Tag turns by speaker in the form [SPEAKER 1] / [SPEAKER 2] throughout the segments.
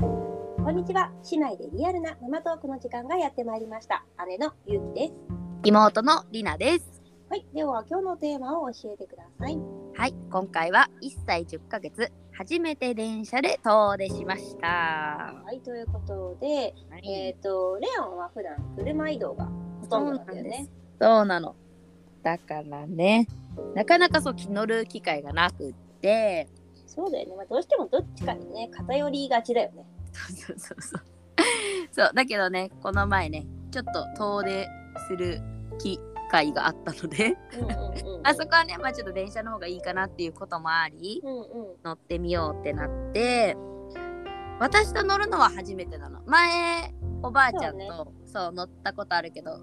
[SPEAKER 1] こんにちは姉妹でリアルなママトークの時間がやってまいりました姉のゆうきです
[SPEAKER 2] 妹のりなです。
[SPEAKER 1] はいでは今日のテーマを教えてください
[SPEAKER 2] はい、今回は1歳10ヶ月、初めて電車で遠出しました。
[SPEAKER 1] はいということで、えっ、とレオンは普段車移動がほとんどなんだよね
[SPEAKER 2] そうなの。だからね、なかなかそう乗る機会がなくって、
[SPEAKER 1] そうだよね、まあ、どうしてもどっちかにね偏りがちだよね
[SPEAKER 2] そうそうそう。そうだけどね、この前ね、ちょっと遠出する機会があったので、
[SPEAKER 1] うんうんうん
[SPEAKER 2] あそこはね、まあちょっと電車の方がいいかなっていうこともあり、
[SPEAKER 1] うんうん
[SPEAKER 2] 乗ってみようってなって私と乗るのは初めてなの前おばあちゃ
[SPEAKER 1] そう
[SPEAKER 2] んと
[SPEAKER 1] ね
[SPEAKER 2] そう,、乗ったことあるけど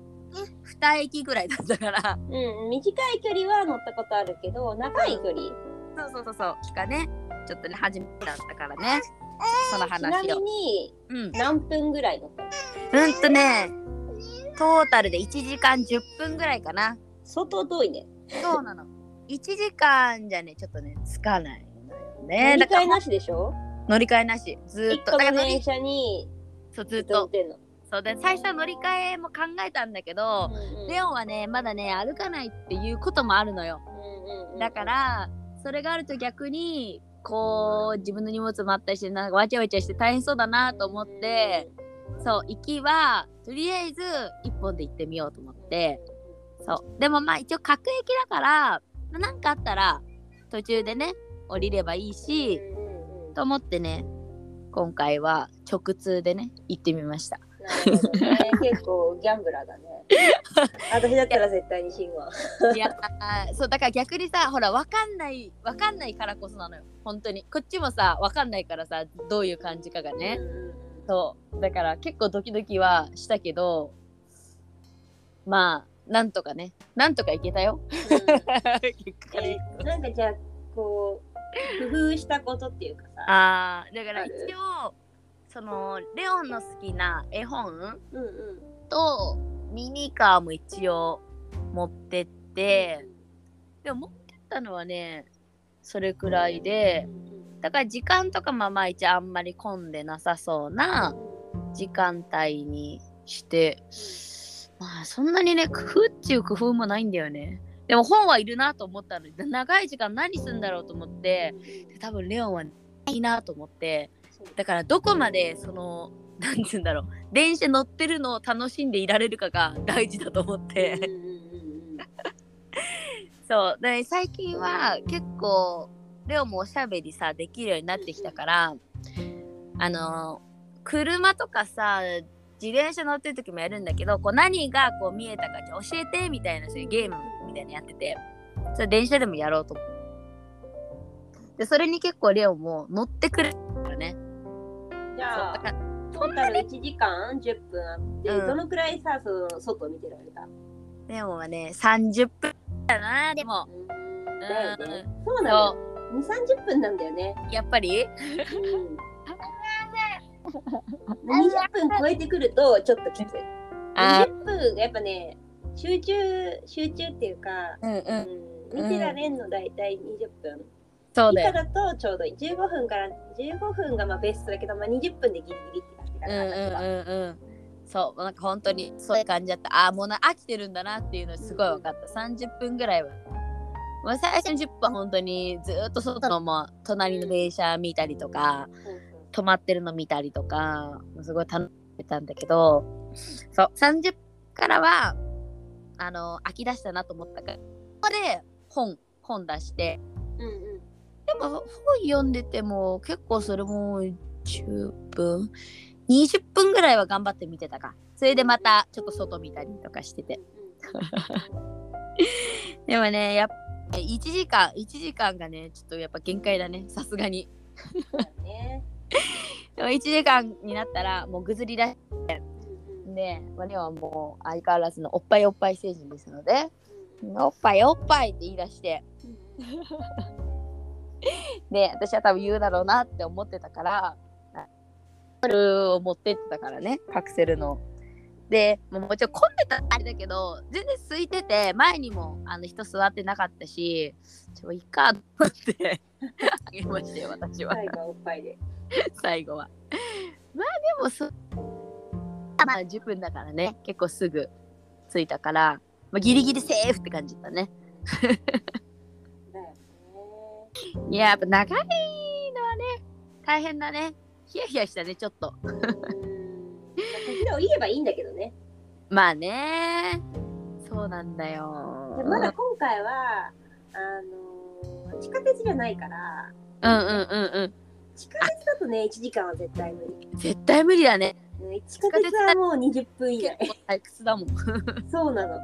[SPEAKER 2] 2駅ぐらいだったから
[SPEAKER 1] うん、短い距離は乗ったことあるけど長い距離
[SPEAKER 2] そうそうそうそうがねちょっとね初めてだったからねその
[SPEAKER 1] ちな
[SPEAKER 2] 話
[SPEAKER 1] み
[SPEAKER 2] を
[SPEAKER 1] に
[SPEAKER 2] うん
[SPEAKER 1] 何分ぐらい乗ったの
[SPEAKER 2] うんとねトータルで1時間10分ぐらいかな
[SPEAKER 1] 相当遠いね
[SPEAKER 2] そうなの1時間じゃねちょっとねつかないのよね
[SPEAKER 1] 乗り
[SPEAKER 2] だか
[SPEAKER 1] 換え
[SPEAKER 2] ら
[SPEAKER 1] なしでしょ
[SPEAKER 2] 乗り換えなしずー
[SPEAKER 1] 一
[SPEAKER 2] っと
[SPEAKER 1] 個
[SPEAKER 2] だ
[SPEAKER 1] の
[SPEAKER 2] から乗り
[SPEAKER 1] 電車に
[SPEAKER 2] そうず
[SPEAKER 1] ず
[SPEAKER 2] ー
[SPEAKER 1] っ
[SPEAKER 2] っ
[SPEAKER 1] と乗
[SPEAKER 2] と
[SPEAKER 1] ってんの、
[SPEAKER 2] そうで最初は乗り換えも考えたんだけど、レオンはねまだね歩かないっていうこともあるのよだかららそれがあると逆にこう自分の荷物もあったりしてなんかわちゃわちゃして大変そうだなと思って、そう行きはとりあえず一本で行ってみようと思ってそうでもまあ一応各駅だから何かあったら途中でね降りればいいしと思ってね今回は直通でね行ってみました
[SPEAKER 1] なるほどね結構ギャンブラーだね 私だったら絶対に信号
[SPEAKER 2] いやあーそうだから逆にさほら分かんない分かんないからこそなのよ本当にこっちもさ分かんないからさどういう感じかがね、そうだから結構ドキドキはしたけどまあなんとかねなんとかいけたよ 結果
[SPEAKER 1] えーなんかじゃあこう工夫したことっていうかさ
[SPEAKER 2] あーだか
[SPEAKER 1] あ
[SPEAKER 2] ら一
[SPEAKER 1] る
[SPEAKER 2] 応そのレオンの好きな絵本
[SPEAKER 1] うんうん
[SPEAKER 2] とミニカーも一応持ってってでも持ってったのはねそれくらいで、だから時間とかまあ毎日あんまり混んでなさそうな時間帯にしてまあそんなにね工夫っちゅう工夫もないんだよねでも本はいるなと思ったのに長い時間何すんだろうと思ってで多分レオンはいいなと思ってだからどこまでその何て言うんだろう電車乗ってるのを楽しんでいられるかが大事だと思って
[SPEAKER 1] うんうんうん
[SPEAKER 2] そうで最近は結構レオもおしゃべりさできるようになってきたからあの車とかさ自転車乗ってる時もやるんだけどこう何がこう見えたかじゃあ教えてみたいなそういうゲームみたいなのやっててそれ電車でもやろうと思うでそれに結構レオも乗ってくれるから
[SPEAKER 1] じ
[SPEAKER 2] ねそ
[SPEAKER 1] ゃ
[SPEAKER 2] うだ
[SPEAKER 1] あ
[SPEAKER 2] から
[SPEAKER 1] トータル1時間10分あって、
[SPEAKER 2] うん
[SPEAKER 1] どのくらいさその外を見てられた
[SPEAKER 2] レオはね30分だなでも
[SPEAKER 1] うん
[SPEAKER 2] ん
[SPEAKER 1] だよねそうなの
[SPEAKER 2] そ
[SPEAKER 1] 2 3 0分なんだよね、
[SPEAKER 2] うやっぱり
[SPEAKER 1] うん、20分超えてくるとちょっときつい
[SPEAKER 2] あ
[SPEAKER 1] 20分やっぱね集中集中っていうか、
[SPEAKER 2] うんう
[SPEAKER 1] うんん、見てられんの大体20分、
[SPEAKER 2] そう
[SPEAKER 1] 以
[SPEAKER 2] だ
[SPEAKER 1] 下
[SPEAKER 2] よ
[SPEAKER 1] だとちょうどいい15分から15分がまあベストだけど、まあ、20分でギリギリって感じか
[SPEAKER 2] う
[SPEAKER 1] な、
[SPEAKER 2] ん
[SPEAKER 1] 私は
[SPEAKER 2] うんうんうんそうなんか本当にそういう感じだったああもうな飽きてるんだなっていうのすごい分かった30分ぐらいは、まあ、最初の10分は本当にずーっと外のもう隣の電車見たりとか
[SPEAKER 1] そうそう
[SPEAKER 2] 止まってるの見たりとかすごい楽しめたんだけどそう30分からはあの飽き出したなと思ったからここで本本出して
[SPEAKER 1] うんうん
[SPEAKER 2] でも本読んでても結構それも10分20分ぐらいは頑張って見てたかそれでまたちょっと外見たりとかしててでもねやっぱ1時間1時間がねちょっとやっぱ限界だねさすがに
[SPEAKER 1] そうだね
[SPEAKER 2] でも1時間になったらもうぐずりだし
[SPEAKER 1] うんうん
[SPEAKER 2] ねマネはもう相変わらずのおっぱいおっぱい成人ですのでおっぱいおっぱいって言い出して
[SPEAKER 1] うん
[SPEAKER 2] で私は多分言うだろうなって思ってたからそれを持ってってたからねカクセルの。でもうもちろん混んでたらあれだけど全然空いてて前にもあの人座ってなかったしちょいいかと思ってげましたよ、私は。
[SPEAKER 1] 最後はおっぱいで。
[SPEAKER 2] 最後は。まあでもそ、まあ10分だからね、結構すぐ着いたから、まあ、ギリギリセーフって感じだね。
[SPEAKER 1] だよね。
[SPEAKER 2] いや、やっぱ長いのはね、大変だね。ヒヤヒヤしたね、ちょっと。
[SPEAKER 1] うん。手札を言えばいいんだけどね。
[SPEAKER 2] まあね、そうなんだよ
[SPEAKER 1] で。まだ今回は、あのー地下鉄じゃないから、
[SPEAKER 2] うんうんうん
[SPEAKER 1] 地下鉄だとね、1時間は絶対無理。
[SPEAKER 2] うん。絶対無理だね。
[SPEAKER 1] うん地下鉄はもう20分以
[SPEAKER 2] 結
[SPEAKER 1] 内。
[SPEAKER 2] 構退屈だもん。
[SPEAKER 1] そうなの。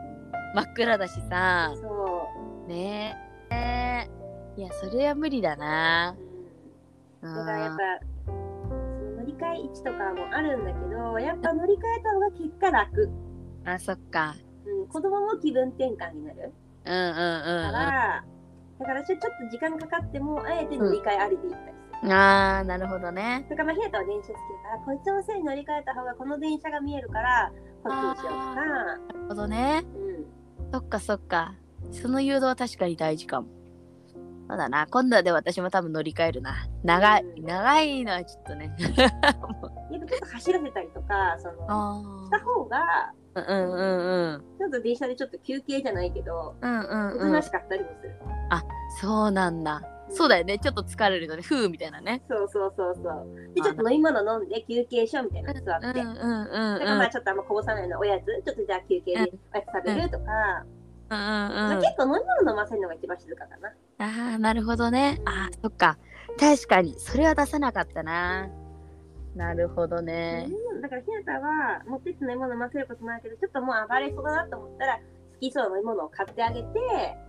[SPEAKER 2] 真っ暗だしさ。
[SPEAKER 1] そ
[SPEAKER 2] ねえ。いや、それは無理だな
[SPEAKER 1] う。。うん
[SPEAKER 2] う
[SPEAKER 1] だ
[SPEAKER 2] ん
[SPEAKER 1] からやっぱその乗り換え位置とかもあるんだけどやっぱ乗り換えた方が結果楽、
[SPEAKER 2] あ、そっか。
[SPEAKER 1] うん、子供も気分転換になる
[SPEAKER 2] うんうんうん
[SPEAKER 1] か
[SPEAKER 2] うん。
[SPEAKER 1] ら、だからちょちょっと時間かかってもあえて乗り換えありで行ったりする、
[SPEAKER 2] ああ、なるほどね。
[SPEAKER 1] だからまあひなたは電車好きだからこっちの線に乗り換えた方がこの電車が見えるからこっちにしようとか、
[SPEAKER 2] なるほどね。
[SPEAKER 1] うん、
[SPEAKER 2] そっかそっか。その誘導は確かに大事かも。そうだな。今度はで私も多分乗り換えるな。長い、
[SPEAKER 1] うん
[SPEAKER 2] 長いのはちょっとね。
[SPEAKER 1] やっぱちょっと走らせたりとかその
[SPEAKER 2] あ
[SPEAKER 1] した方が
[SPEAKER 2] あ。 うんうんうん。
[SPEAKER 1] ちょっと電車でちょっと休憩じゃないけど
[SPEAKER 2] うん
[SPEAKER 1] お
[SPEAKER 2] う
[SPEAKER 1] と
[SPEAKER 2] んう。
[SPEAKER 1] なんしかったりもする、
[SPEAKER 2] そうなんだ。そうだよね。ちょっと疲れるのね。ふうみたいなね。
[SPEAKER 1] そうそうそうそうでちょっと飲み物飲んで休憩しようみたいな座って、
[SPEAKER 2] うんうんうん
[SPEAKER 1] だ
[SPEAKER 2] う
[SPEAKER 1] からまあ
[SPEAKER 2] ん。
[SPEAKER 1] ちょっとあんまこぼさないようなおやつ、ちょっとじゃあ休憩でお
[SPEAKER 2] うん
[SPEAKER 1] やつ食べるとか、まあ、
[SPEAKER 2] あ
[SPEAKER 1] 結構飲み物飲ませるのが一番静かかな。
[SPEAKER 2] あー、なるほどね。ああ、そっか。確かに。それは出さなかったな。なるほどね
[SPEAKER 1] 飲。み物だからひなたは持ってって飲み物飲ませることないけど、ちょっともう暴れそうだなと思ったら、好きそうな飲み物を買ってあげて、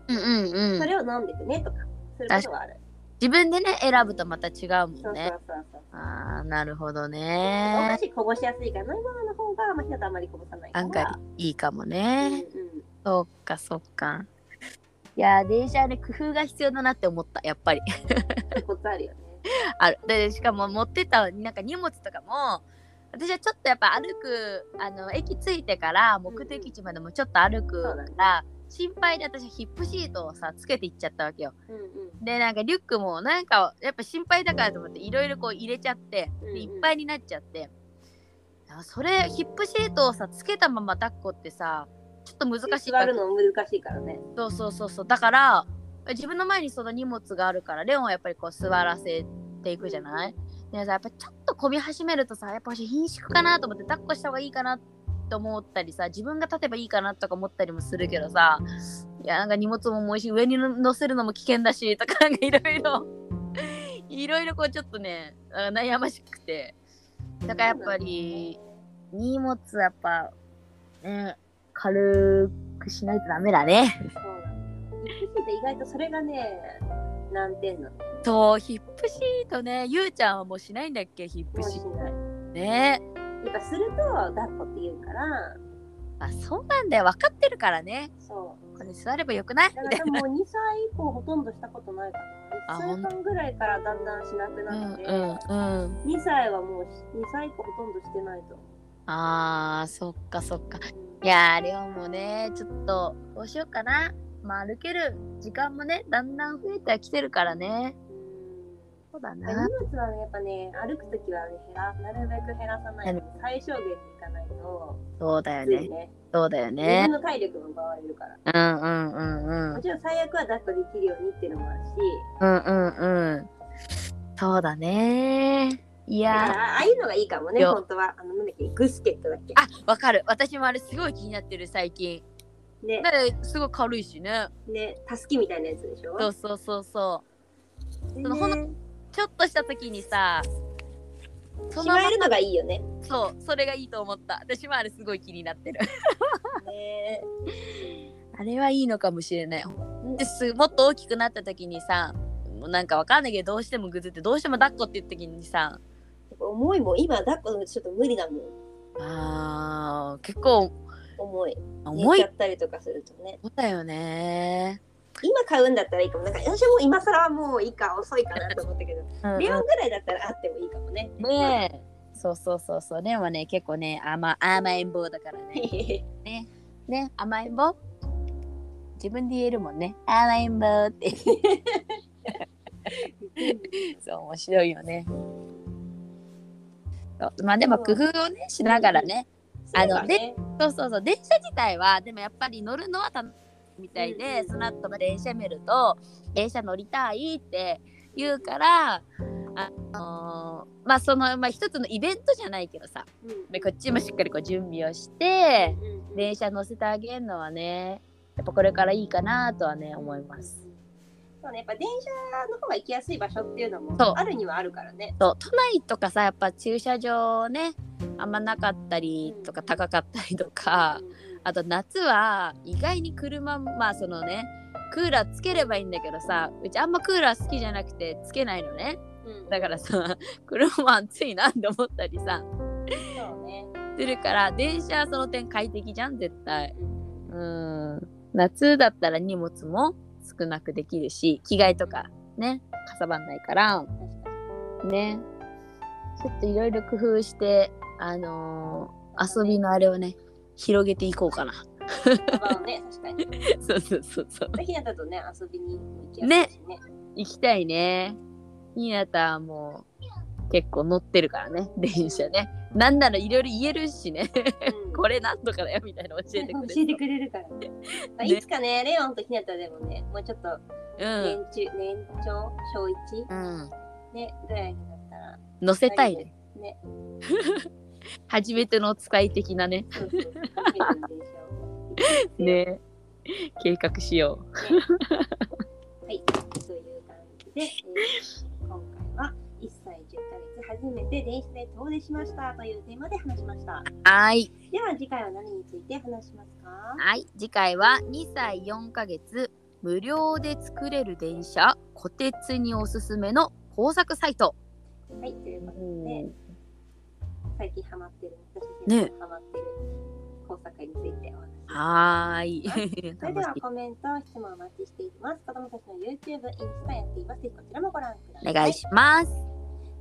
[SPEAKER 2] うんうんう
[SPEAKER 1] そ
[SPEAKER 2] ん。
[SPEAKER 1] れを飲んでてねとか、そういうことはある。
[SPEAKER 2] 自分でね、選ぶとまた違う
[SPEAKER 1] そ
[SPEAKER 2] もん
[SPEAKER 1] うそ
[SPEAKER 2] ね。
[SPEAKER 1] うそうそう。
[SPEAKER 2] ああ、なるほ
[SPEAKER 1] お
[SPEAKER 2] ど
[SPEAKER 1] 菓
[SPEAKER 2] ね。
[SPEAKER 1] 子こぼしやすいから、飲み物の方が、まあ、ひなたあんまりこぼさないから。
[SPEAKER 2] 案外いいかも
[SPEAKER 1] うんう
[SPEAKER 2] ね。
[SPEAKER 1] ん
[SPEAKER 2] そっかそっか。いやー、電車はね、工夫が必要だなって思った、やっぱり。
[SPEAKER 1] コツあるよね。
[SPEAKER 2] ある。で、しかも持ってた、なんか荷物とかも、私はちょっとやっぱ歩く、あの、駅着いてから目的地までもちょっと歩く
[SPEAKER 1] そう
[SPEAKER 2] か
[SPEAKER 1] だね
[SPEAKER 2] ら、心配で私はヒップシートをさ、つけていっちゃったわけよ。
[SPEAKER 1] うんうん
[SPEAKER 2] で、なんかリュックもなんか、やっぱ心配だからと思って、いろいろこう入れちゃって、
[SPEAKER 1] うんうん
[SPEAKER 2] でいっぱいになっちゃって。あそれ、ヒップシートをさ、つけたまま抱っこってさ、ちょっと難しい
[SPEAKER 1] 座るの難しいからね。
[SPEAKER 2] そうそうそうそうだから自分の前にその荷物があるからレオンはやっぱりこう座らせていくじゃないでさやっぱちょっとこび始めるとさやっぱ私貧縮かなと思って抱っこした方がいいかなと思ったりさ自分が立てばいいかなとか思ったりもするけどさいやなんか荷物も重いし上に乗せるのも危険だしとかなんかいろいろ いろいろこうちょっとねあ悩ましくてだからやっぱり荷物やっぱね軽くしないとダメだね。
[SPEAKER 1] そうなんだよ。ヒップシート意外とそれがね、難点なんだよ。
[SPEAKER 2] そう、ヒップシートね、ゆうちゃんはもうしないんだっけ、ヒップ
[SPEAKER 1] もう
[SPEAKER 2] シ
[SPEAKER 1] し
[SPEAKER 2] ー
[SPEAKER 1] ない。
[SPEAKER 2] トね。
[SPEAKER 1] やっぱすると抱っこって言うから
[SPEAKER 2] あ、そうなんだよ、分かってるからね。
[SPEAKER 1] そう
[SPEAKER 2] これ座ればよくない
[SPEAKER 1] だからもう2歳以降ほとんどしたことないかな
[SPEAKER 2] あ
[SPEAKER 1] 1歳半ぐらいからだんだんしなく
[SPEAKER 2] うん
[SPEAKER 1] なって、
[SPEAKER 2] うんうん。
[SPEAKER 1] 2歳はもう2歳以降ほとんどしてないと思
[SPEAKER 2] あー、そっかそっか。
[SPEAKER 1] う
[SPEAKER 2] いやー、レオンもね、ちょっと、どうしようかな。まあ、歩ける時間もね、だんだん増えてはきてるからね。
[SPEAKER 1] うん
[SPEAKER 2] そうだ
[SPEAKER 1] 荷
[SPEAKER 2] な。
[SPEAKER 1] 物はねやっぱね歩くときはね減らなるべく減らさないと最小限にいかないと
[SPEAKER 2] そうだよ
[SPEAKER 1] つい
[SPEAKER 2] ね。
[SPEAKER 1] ね
[SPEAKER 2] そうだよ
[SPEAKER 1] 自
[SPEAKER 2] ね
[SPEAKER 1] 分。の体力も奪われるから
[SPEAKER 2] うんうんうんう
[SPEAKER 1] も
[SPEAKER 2] ん。
[SPEAKER 1] ちろん最悪は抱っこできるようにっていうのもあるし
[SPEAKER 2] うんうんうん。そうだね。い
[SPEAKER 1] だか
[SPEAKER 2] やー。
[SPEAKER 1] らああいうのがいいかもね
[SPEAKER 2] よ
[SPEAKER 1] 本当はあのなんだっけグスケットだっけ
[SPEAKER 2] あ、わかる。私もあれすごい気になってる最近。
[SPEAKER 1] ね
[SPEAKER 2] ね、すごい軽いしね。
[SPEAKER 1] ねタスキみたいなやつでしょ
[SPEAKER 2] そうそうそうそう。
[SPEAKER 1] そ
[SPEAKER 2] のほんのちょっとした時にさ、そ
[SPEAKER 1] し
[SPEAKER 2] の
[SPEAKER 1] ま
[SPEAKER 2] ま
[SPEAKER 1] えるのがいいよね。
[SPEAKER 2] まそう、それがいいと思った。私もあれすごい気になってる。
[SPEAKER 1] ね
[SPEAKER 2] あれはいいのかもしれない。ですもっと大きくなった時にさ、もうなんかわかんないけどどうしてもぐずってどうしても抱っこって言った時にさ、
[SPEAKER 1] 重いもん今抱っこのちょっと無理だもん
[SPEAKER 2] あー結構
[SPEAKER 1] 重い
[SPEAKER 2] 重
[SPEAKER 1] 寝
[SPEAKER 2] い
[SPEAKER 1] ちゃったりとかするとね
[SPEAKER 2] そうだよね。
[SPEAKER 1] 今買うんだったらいいかもなんか私も今更はもういいか遅いかなと思ったけど
[SPEAKER 2] うんうん
[SPEAKER 1] レオンぐらいだったらあってもいいかもね
[SPEAKER 2] ねえ。そうそうそうそう。レオンはね、結構ね、甘甘えん坊だからね。ね、甘えん坊自分で言えるもんね。甘えん坊って。 そう面白いよねそうまあでも工夫をねしながらねあの
[SPEAKER 1] そうだね
[SPEAKER 2] そうそうそう電車自体はでもやっぱり乗るのは楽しいみたいで、
[SPEAKER 1] うんうん
[SPEAKER 2] その後も電車見ると電車乗りたいって言うからあのーまあその、まあ、一つのイベントじゃないけどさ
[SPEAKER 1] うん
[SPEAKER 2] でこっちもしっかりこう準備をして
[SPEAKER 1] うん
[SPEAKER 2] 電車乗せてあげるのはねやっぱこれからいいかなとはね思います。
[SPEAKER 1] そうねやっぱ電車の方が行きやすい場所っていうのも
[SPEAKER 2] そう
[SPEAKER 1] あるにはあるからね
[SPEAKER 2] そう都内とかさやっぱ駐車場ねあんまなかったりとか高かったりとか
[SPEAKER 1] うんうん
[SPEAKER 2] あと夏は意外に車まあそのねクーラーつければいいんだけどさうちあんまクーラー好きじゃなくてつけないのね
[SPEAKER 1] うん
[SPEAKER 2] だからさ 車も暑いなって思ったりさ
[SPEAKER 1] そうね
[SPEAKER 2] するから電車はその点快適じゃん絶対
[SPEAKER 1] うん
[SPEAKER 2] うん夏だったら荷物も少なくできるし着替えとかねかさばんないから
[SPEAKER 1] 確かに
[SPEAKER 2] ねちょっといろいろ工夫してあのー遊びのあれをね広げていこうかな
[SPEAKER 1] カバンをね 確かに
[SPEAKER 2] そうそうそうそう
[SPEAKER 1] ぜひなたとね遊びに行きやすいしね
[SPEAKER 2] 行きたいね。ひなたはもう結構乗ってるからね、電車ね。なんならいろいろ言えるしね、
[SPEAKER 1] うん
[SPEAKER 2] これなんとかだよみたいなの教えてくれ
[SPEAKER 1] 教
[SPEAKER 2] る。
[SPEAKER 1] えてくれるからね。まあ、いつかね、レオンとひなたでもね、もうちょっと年中、年長、小一
[SPEAKER 2] うん。うん。
[SPEAKER 1] ね、ぐらいになったら、
[SPEAKER 2] 乗せたいね。
[SPEAKER 1] ね、
[SPEAKER 2] 初めてのお使い的なね。
[SPEAKER 1] そうそう、初めての電車を。
[SPEAKER 2] ね。計画しよ
[SPEAKER 1] はい、という感じで、えー今回は1歳10ヶ月初めて電車で遠出しましたというテーマで話しました。
[SPEAKER 2] う。はい。
[SPEAKER 1] では次回は何について話しますか
[SPEAKER 2] はい。次回は2歳4ヶ月、無料で作れる電車、こてつにおすすめの工作サイト。
[SPEAKER 1] はい、ということで、最近ハマってる、私た
[SPEAKER 2] ね
[SPEAKER 1] ちがハマってる工作会についてお話しします
[SPEAKER 2] はーい。
[SPEAKER 1] それでは
[SPEAKER 2] 楽し
[SPEAKER 1] コメント、質問お待ちしています。子供たちの YouTube、インスタやっています。ぜひこちらもご覧くださ
[SPEAKER 2] み
[SPEAKER 1] い。
[SPEAKER 2] お願いします。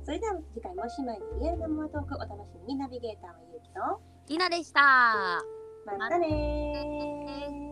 [SPEAKER 1] それではまた次回も姉妹のリアルなママトークお楽しみにナビゲーターはゆうきと、
[SPEAKER 2] りなでした。
[SPEAKER 1] またねー